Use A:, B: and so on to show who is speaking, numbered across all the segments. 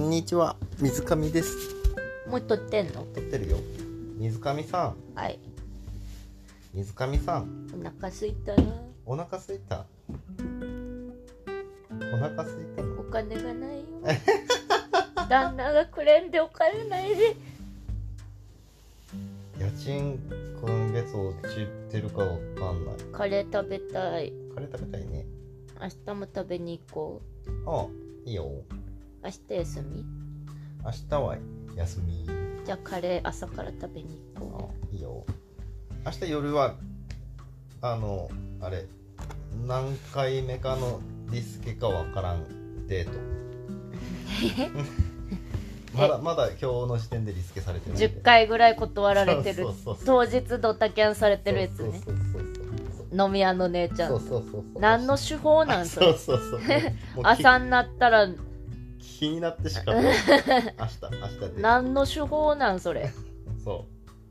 A: にちは水上です
B: もう撮ってんの
A: 撮ってるよ水上さん
B: はい
A: 水上さん
B: お腹すいたな
A: お腹すいたお腹すいたの
B: お金がな いよ旦那がくれんでお金ないで
A: 家賃今月落ちてるかわかんない
B: カレー食べたい
A: カレー食べたいね
B: 明日も食べに行こ
A: ああいいよ
B: う明日休み
A: 明日は休み
B: じゃあカレー朝から食べに行
A: あ
B: こ
A: いいよ明日夜はあのあれ何回目かのリスケかわからんデートまだまだ今日の時点でリスケされて
B: う
A: ない
B: 10回ぐらい断られてる
A: そうそうそう
B: 当日ドタキャンされてるやつね
A: そうそうそう
B: 飲み屋の姉ちゃ
A: そうんそうそうそうそう
B: 何の手法なんそ
A: そ
B: れ
A: うそうそうもう
B: 朝になったら
A: き気になってしかない明日明日で
B: 何の手法なんそれ
A: そ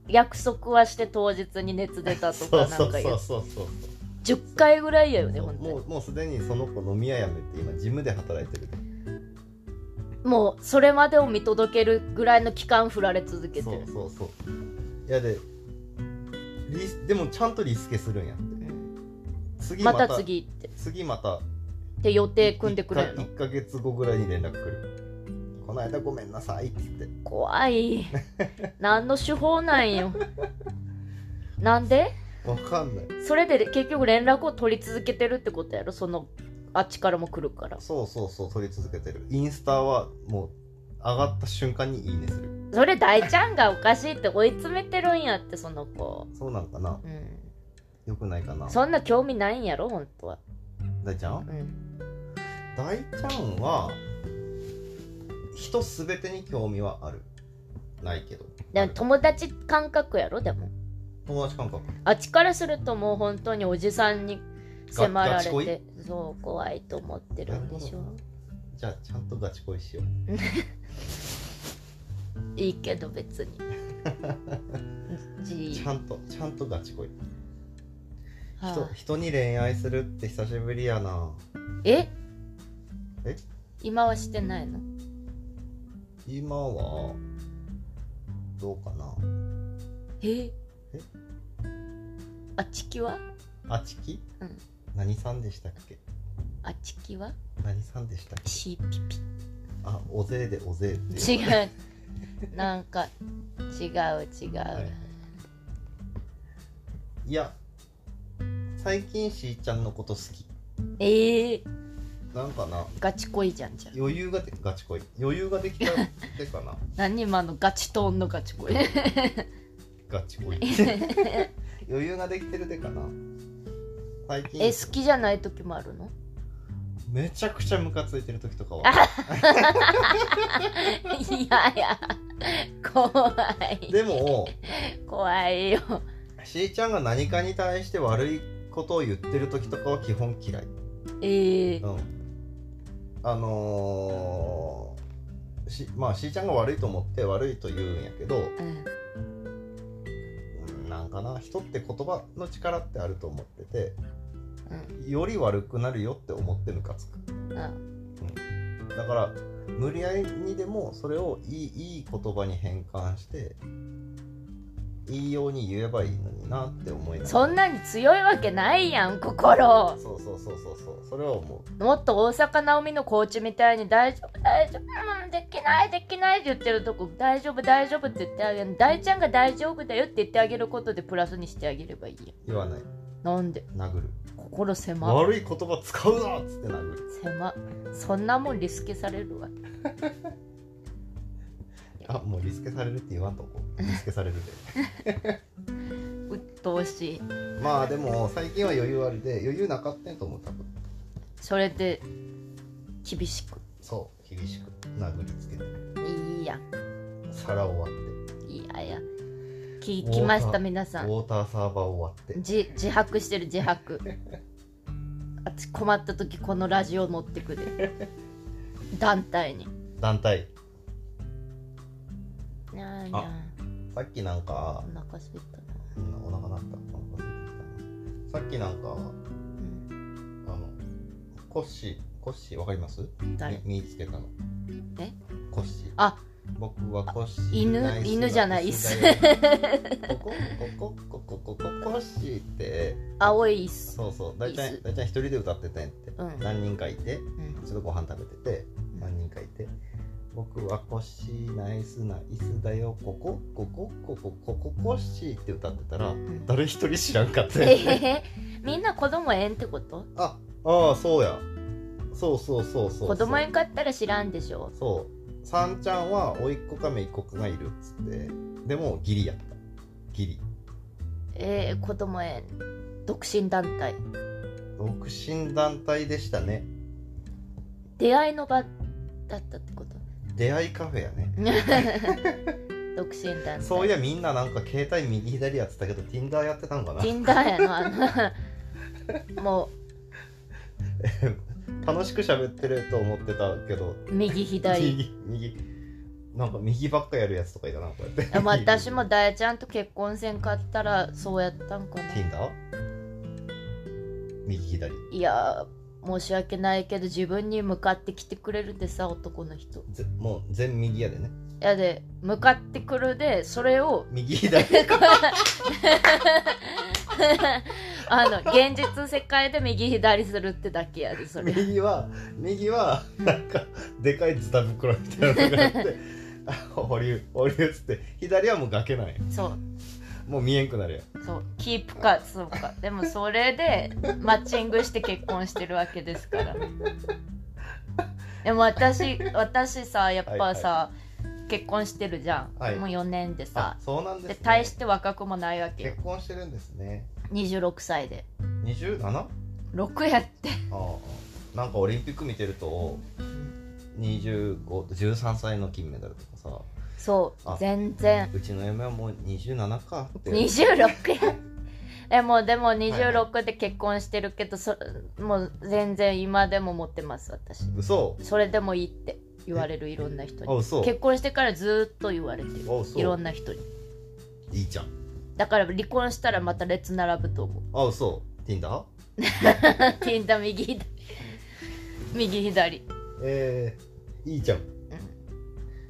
B: 約束はして当日に熱出
A: う
B: たと
A: そう
B: かな
A: そ
B: ん
A: う
B: か
A: そ
B: 言
A: う
B: う
A: そうそう
B: 10回ぐらいやよね
A: そ
B: ほ
A: うん
B: と
A: も
B: に
A: うもうすでにその子飲み屋やめて今ジムで働いてる
B: もうそれまでを見届けるぐらいの期間振られ続けて
A: そう
B: る
A: そうそういやでリスでもちゃんとリスケするんやって次
B: また次って
A: 次また
B: で予定組んでくれるの
A: 1か月後ぐらいに連絡くるこの間ごめんなさいっつって
B: 怖い何の手法なんよなんで
A: わかんない
B: それで結局連絡を取り続けてるってことやろそのあっちからも来るから
A: そうそうそう撮り続けてるインスタはもう上がった瞬間にいいねする
B: それ大ちゃんがおかしいって追い詰めてるんやってその子
A: そうなんかな
B: うん
A: よくないかな
B: そんな興味ないんやろ本当は
A: 大ちゃん
B: うん
A: 大ちゃんは人すべてに興味はあるないけど
B: でも友達感覚やろでも
A: 友達感覚
B: あっちからするともう本当におじさんに迫ら
A: ガチ恋
B: れてそう怖いと思ってるんでしょ
A: じゃあちゃんとガチ恋しよう
B: いいけ ど別にじ
A: ちゃんとちゃんとガチ恋
B: は
A: 人人に恋愛するって久しぶりやな
B: あえ
A: え
B: 今はしてないの
A: 今はどうかな
B: え
A: え
B: あちきは
A: あちき、
B: うん
A: 何さんでしたっけ
B: あちきは
A: 何さんでしたっけ
B: シーピピ
A: あおぜえでおぜえって
B: 違
A: う
B: うなんか違う違う、
A: はいいや最近しーちゃんのこと好き
B: ええ
A: なんかな
B: ガチ恋じゃんじゃん
A: 余裕がでガチ恋余裕ができたってか な
B: 何今のガチトーンのガ チ恋
A: ガチ恋余裕ができてるでかな最近
B: え好きじゃない時もあるの
A: めちゃくちゃムカついてる時とかは
B: いやいや怖い
A: でも
B: 怖いよ
A: しーちゃんが何かに対して悪いことを言ってる時とかは基本嫌い
B: ええ
A: うんあのーしまあしーちゃんが悪いと思って悪いと言うんやけど
B: うん
A: うんなんかな人って言葉の力ってあると思ってて
B: うん
A: より悪くなるよって思ってムカつく
B: うん
A: だから無理やりにでもそれをいいいい言葉に変換していいように言えばいいのになって思いながら
B: そんなに強いわけないやん心
A: そうそうそうそうそうそれは思
B: もっと大阪なおみのコーチみたいに「大丈夫大丈夫うんできないできない」って言ってるとこ「大丈夫大丈夫」って言ってあげる大ちゃんが「大丈夫だよ」って言ってあげることでプラスにしてあげればいいや
A: う言わない
B: んなんで
A: 殴る
B: 心狭
A: 悪い言葉使うなっつって殴る
B: 狭そんなもんリスケされるわ
A: あもうリスケされるって言わんとこリスケされる
B: 鬱陶しい
A: で まあでも最近は余裕あるで余裕なかったんやと思う多分
B: それで厳しく
A: そう厳しく殴りつけて
B: いいやん
A: 皿を割って
B: いやいや聞きました皆
A: ウ
B: さん
A: ォーターサーバーを割って
B: 自自白してる自白あっち困った時このラジオ持ってくで団体に
A: 団体
B: なあ
A: あ
B: な
A: さっきなん
B: あ
A: か
B: お腹すいたな、
A: うんお腹なったお腹空いてきたさっきなんか
B: うん、
A: あのコッシーコッシーわかります
B: 誰
A: み見つけたの
B: え
A: コッシー
B: あ
A: 僕はコッシー
B: 犬
A: ナイス
B: 犬じゃないっす
A: ナイスだよここここここここコッシーって
B: 青いっす
A: そうそう大体大体一人で歌ってたんやって、
B: うん
A: 何人かいて
B: うん
A: ちょっとご飯食べてて何人かいて僕はコッシーナイスな椅子だよここここここここコッシーって歌ってたら
B: ん
A: 誰一人知らんかった
B: え
A: よ
B: へ
A: ね
B: へみんな子供園ってこと
A: あああそうやそうそうそうそうそう
B: 子供園買ったら知らんでしょ
A: そう三ちゃんは甥っ子か姪っ子がいるっつってでもギリやったギリ
B: えー、子供園独身団体
A: 独身団体でしたね
B: 出会いの場だったって こと
A: 出会いカフェやね
B: 独身団体
A: そういやみんななんか携帯右左やってたけど Tinder やってたんかな
B: Tinder やなあのも
A: 楽しく喋ってると思ってたけど
B: う右左
A: 右右なんか右ばっかやるやつとかいたなこうやって
B: でも 私もダイちゃんと結婚せんかったらそうやったんかな
A: Tinder? 右左
B: いやー申し訳ないけど自分に向かってきてくれるでさ男の人
A: ぜもう全右やでね
B: やで向かってくるでそれを
A: 右左
B: あの現実世界で右左するってだけやでそれ
A: 右は右はなんかでかいズタ袋みたいなのがあって あ保留保留っつって左はもう崖なんや
B: そう
A: もう見えんくなるやん
B: そうキープかそうかでもそれでマッチングして結婚してるわけですからでも私私さやっぱさ、結婚してるじゃん、
A: はい
B: もう4年で
A: あ
B: さ
A: そうなん
B: で、
A: です
B: 大
A: ね
B: して若くもないわけよ
A: 結婚してるんですね
B: 26歳で
A: 27? あ
B: 6やって
A: あなんかオリンピック見てると2513歳の金メダルとかさ
B: そ
A: あ
B: う全然
A: うちの嫁はもう27かって
B: 26やえもうでも26で結婚してるけど、そもう全然今でも持ってます私
A: 嘘
B: それでもいいって言われるいろんな人
A: あ
B: に
A: 嘘
B: 結婚してからずーっと言われてる
A: あ嘘
B: いろんな人に
A: いいじゃん
B: だから離婚したらまた列並ぶと思う
A: あ嘘 Tinder?
B: ピンタ右左右左、
A: えー、いいじゃん
B: う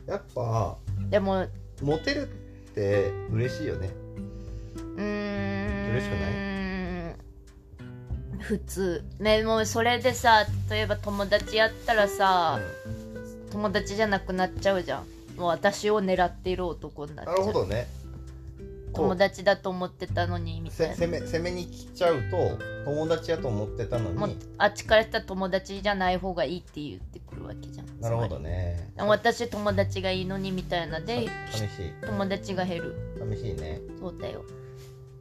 A: やっぱ
B: ん、でも
A: モテるって嬉しいよね
B: うーん
A: 嬉しく
B: 普通ねもうそれでさ例えば友達やったらさ、友達じゃなくなっちゃうじゃんもう私を狙っている男になっちゃ
A: な
B: う
A: るほどねこ
B: 友
A: う
B: 達だと思ってたのにみたい
A: せ
B: な
A: 攻め攻めに来ちゃうと友達やと思ってたの
B: もう
A: に
B: あっちからしたら友達じゃない方がいいって言ってくるわけじゃん
A: なるほ
B: つま
A: どね
B: り私友達がいいのにみたいなで
A: さ寂しい
B: 友達が減る
A: 寂しいね
B: そうだよ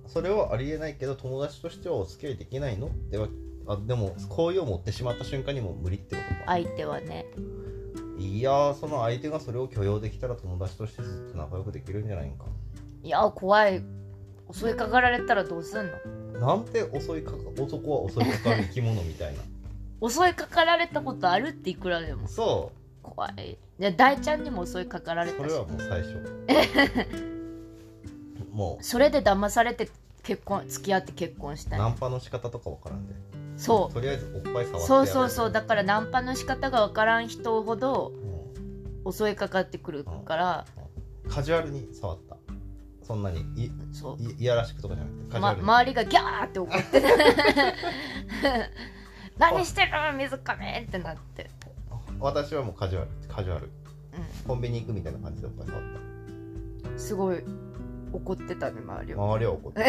A: それはありえないけど友達としてはお付き合いできないのではあでも好意を持ってしまった瞬間にもう無理ってことか
B: 相手はね
A: いやーその相手がそれを許容できたら友達としてずっと仲良くできるんじゃないんか
B: いや怖い襲いかかられたらどうすんの
A: なんて襲いかか男は襲いかかる生き物みたい な
B: 襲いかかられたことあるっていくらでも
A: そ
B: 怖いいや大ちゃんにも襲いかから
A: う
B: れ
A: そ
B: たし
A: れはもう最初 も
B: それで騙されて結婚付き合って結婚し
A: う
B: た
A: ナ
B: い
A: ンパの仕方とかわからんで
B: そ
A: とりあえずおっぱい触ってや
B: う
A: る
B: そうそうそうだからナンパの仕方がわからん人ほど襲いかかってくるから
A: うんカジュアルに触ったそんなにいい
B: そう
A: いやらしくとかじゃなくてカジュ
B: ま、
A: アルに、
B: 周りがギャーって怒ってる 何してる水亀ってなって、
A: 私はもうカジュアルカジュアルコンビニ行くみたいな感じでおっぱい触っ
B: うん、すごい怒ってたね周り
A: た
B: は
A: 周りは怒 ってる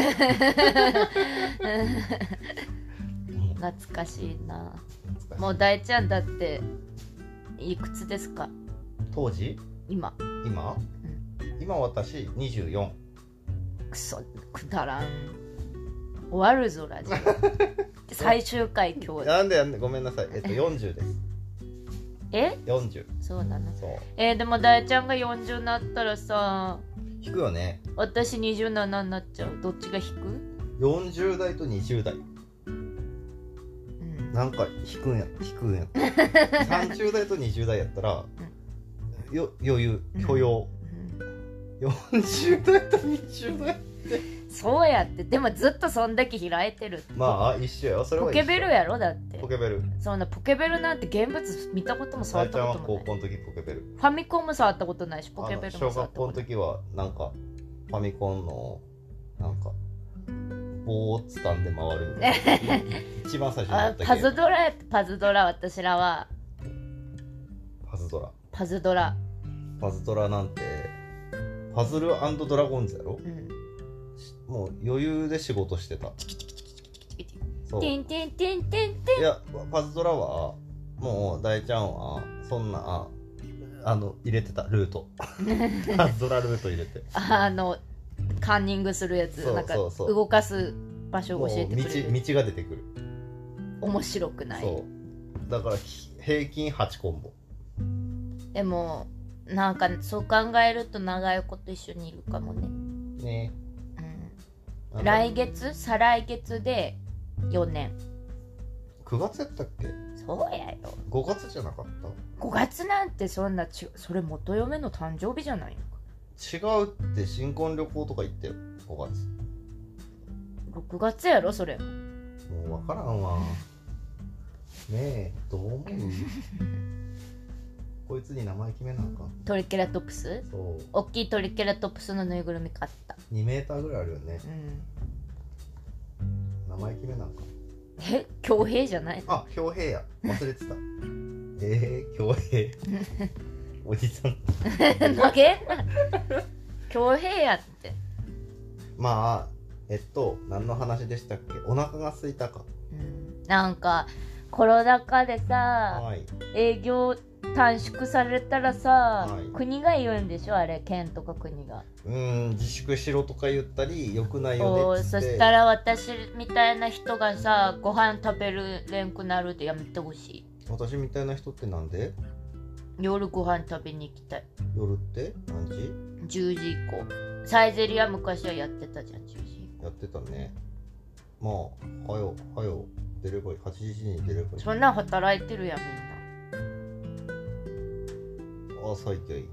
A: うん
B: 懐かしいな
A: 懐
B: も
A: かし
B: う大ちゃんだっていくつですか
A: い当時
B: 今
A: 今今私24
B: クソくだらん終わるぞラ ジオ最終回今日
A: なんでやんねごめんなさいえっと40です
B: え
A: 40
B: そうなの
A: そう
B: えーでも大ちゃんが40になったらさ
A: 引くよね
B: 私27になっちゃうどっちが引く、
A: 40代と20代
B: うん、
A: なんか引くんや引くん や30代と20代やったらよ余裕許容、
B: うん
A: 40代と20代
B: そうやってでもずっとそんだけ開いてる
A: まあ一緒よそれ
B: ポ
A: は一
B: ケ
A: 緒
B: ベルやろだって
A: ポケベル
B: そんなポケベルなんて現物見たことも
A: さ
B: 触
A: や
B: っ
A: ちゃん
B: た
A: は
B: こと
A: 高
B: もない
A: 校の時ポケベル
B: ファミコンも触ったことないしポケベル
A: あ
B: も
A: の小
B: 触った
A: 学校
B: こ
A: の
B: とない
A: 時はなんかファミコンのなんか棒を掴んで回るみたいな 一番最初にや
B: あ
A: った
B: パ
A: ゲ
B: ズ
A: ーム
B: ドラやってパズドラ私らは
A: パズドラ
B: パズドラ
A: パズドラなんてパズルドラゴンズやろ
B: うん
A: もう余裕で仕事してた
B: キチ
A: そう
B: テ
A: い
B: ンテンテンテンテ
A: やパズドラはもう大ちゃんはそんなあの入れてたルートパズドラルート入れて
B: ンあのカンニングするやつ
A: そう
B: なんか
A: そうそう
B: 動かす場所
A: も
B: を
A: う
B: 教
A: 道
B: えてくれる
A: 道が出てくる
B: 面白くない
A: そうだからひ平均8コンボ
B: でもなんかそう考えると長いこと一緒にいるかもね、
A: ね
B: う、
A: なんんだ
B: 来月再来月で4年
A: 9月やったっけ
B: そうやよ
A: 5月じゃなかっ
B: 5月なんてそんなちそれ元嫁の誕生日じゃない
A: た違うって新婚旅行とか行ったよ5月
B: の6月やろそれ
A: もう分からんわねえどう 思うこいつに名前決めなんかん
B: トリケラトプス
A: そう
B: 大きいトリケラトプスのぬいぐるみ買った
A: 2メーターぐらいあるよね
B: うん
A: 名前決めなんかん
B: え恭平じゃない
A: あ恭平や忘れてた えー、恭平 おじさん
B: 投げんな恭平やって、
A: まあえっと何の話でしたっけお腹が空いたか
B: うん、なんかコロナ禍でさ
A: はい
B: 営業短縮されたらさ、
A: はい
B: 国が言うんでしょあれ県とか国が
A: うーん自粛しろとか言ったりよくないよ
B: お
A: ねっつ
B: そ
A: っ
B: した
A: て
B: ら私みたいな人がさご飯食べるれんくなるってやめてほしい
A: 私みたいな人ってなんで
B: 夜ご飯食べに行きたい
A: 夜って何時
B: 10時以降サイゼリア昔はやってたじゃん10時
A: やってたねまあはよはよ出ればいい8時に出ればいい
B: そんなん働いてるやんみんな
A: 朝行きゃいい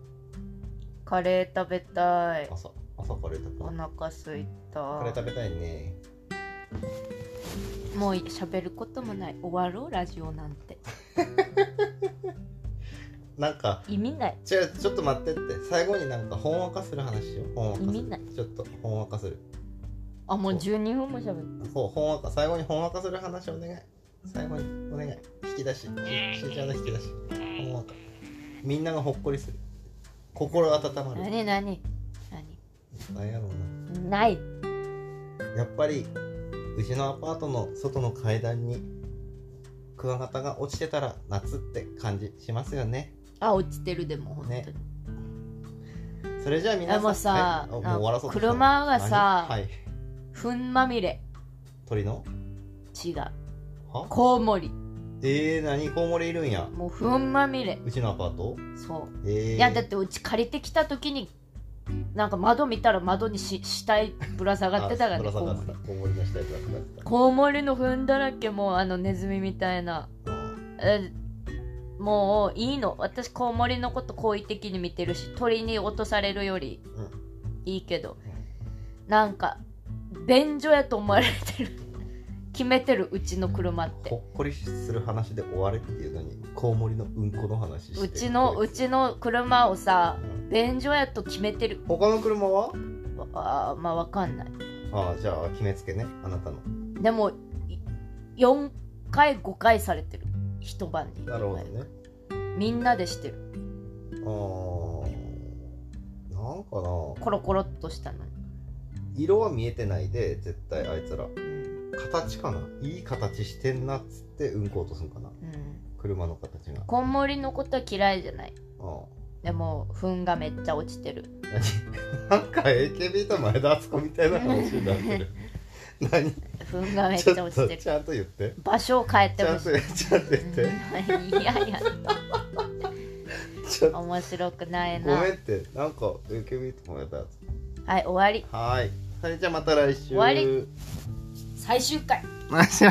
B: カレー食べたい
A: 朝朝カレー食べ
B: お
A: たい
B: 腹すいた
A: カレー食べたいね
B: もう喋ることもない終わろうラジオなんて
A: なんか
B: 意味ない
A: 違うちょっと待ってって最後になんかほんわかする話しようほんわかする
B: 意味ない
A: ちょっとほんわかする
B: あもう12分も喋る
A: そう、ほんわか、最後にほんわかする話お願い。最後にお願い。引き出し。しーちゃんの引き出し。ほんわか。みんながほっこりする。心温まる。
B: 何何何
A: なんやろう
B: ない
A: な。やっぱり、うちのアパートの外の階段に、クワガタが落ちてたら夏って感じしますよね。
B: あ落ちてるでも本当に、
A: ねそれじゃあ皆さん。
B: でもさ
A: はいあもう終わらそうとした
B: 車がさ
A: 何はい。
B: ふんまみれ
A: 鳥の
B: 違う
A: は
B: コウモリ
A: えー、何コウモリいるんや。
B: もうふんまみれ
A: うちのアパート
B: そう
A: えー、
B: いやだってうち借りてきた時になんか窓見たら窓にし死体ぶら下がってたからね
A: あぶ
B: コウ
A: ら下
B: モ
A: がって
B: リ
A: たコウモリの死体ぶら下がってた。
B: コウモリの糞だらけもうあのネズミみたいな
A: うん
B: えもういいの私コウモリのこと好意的に見てるし鳥に落とされるより
A: うん
B: いいけど、なんか便所やと思われてる 決めてるうちの車って
A: ほっこりする話で終われっていうのにコウモリのうんこの話して
B: うちの
A: こ
B: う
A: いつ
B: ちの車をさ
A: うん
B: 便所やと決めてる
A: 他の車は
B: あーまあわかんない
A: ああじゃあ決めつけねあなたの
B: でもい4回5回されてる一晩に
A: なるほどね
B: みんなでしてる
A: あーなんかな
B: コロコロっとしたのに
A: 色は見えてないで絶対あいつら形かないい形してんなっつってうんこ落とすんかな
B: うん
A: 車の形が
B: コウモリのことは嫌いじゃない
A: あ
B: でも糞がめっちゃ落ちてる
A: あ なんか AKB と前田敦子みたいな話になってる何
B: 糞がめっ
A: ち
B: ちゃ
A: ょっ
B: 落ちて
A: と
B: る
A: ちゃんと言って
B: 場所を変えて
A: ちゃ
B: ほ
A: ん
B: し
A: と
B: い
A: 言ってちゃんと言って
B: うんいやいや
A: ちょっと
B: 面白くない
A: ご
B: な
A: めんってなんか AKB ともやったやつ
B: はい終わり
A: はーいそれじゃあまた来週
B: 終わり最終回
A: マジ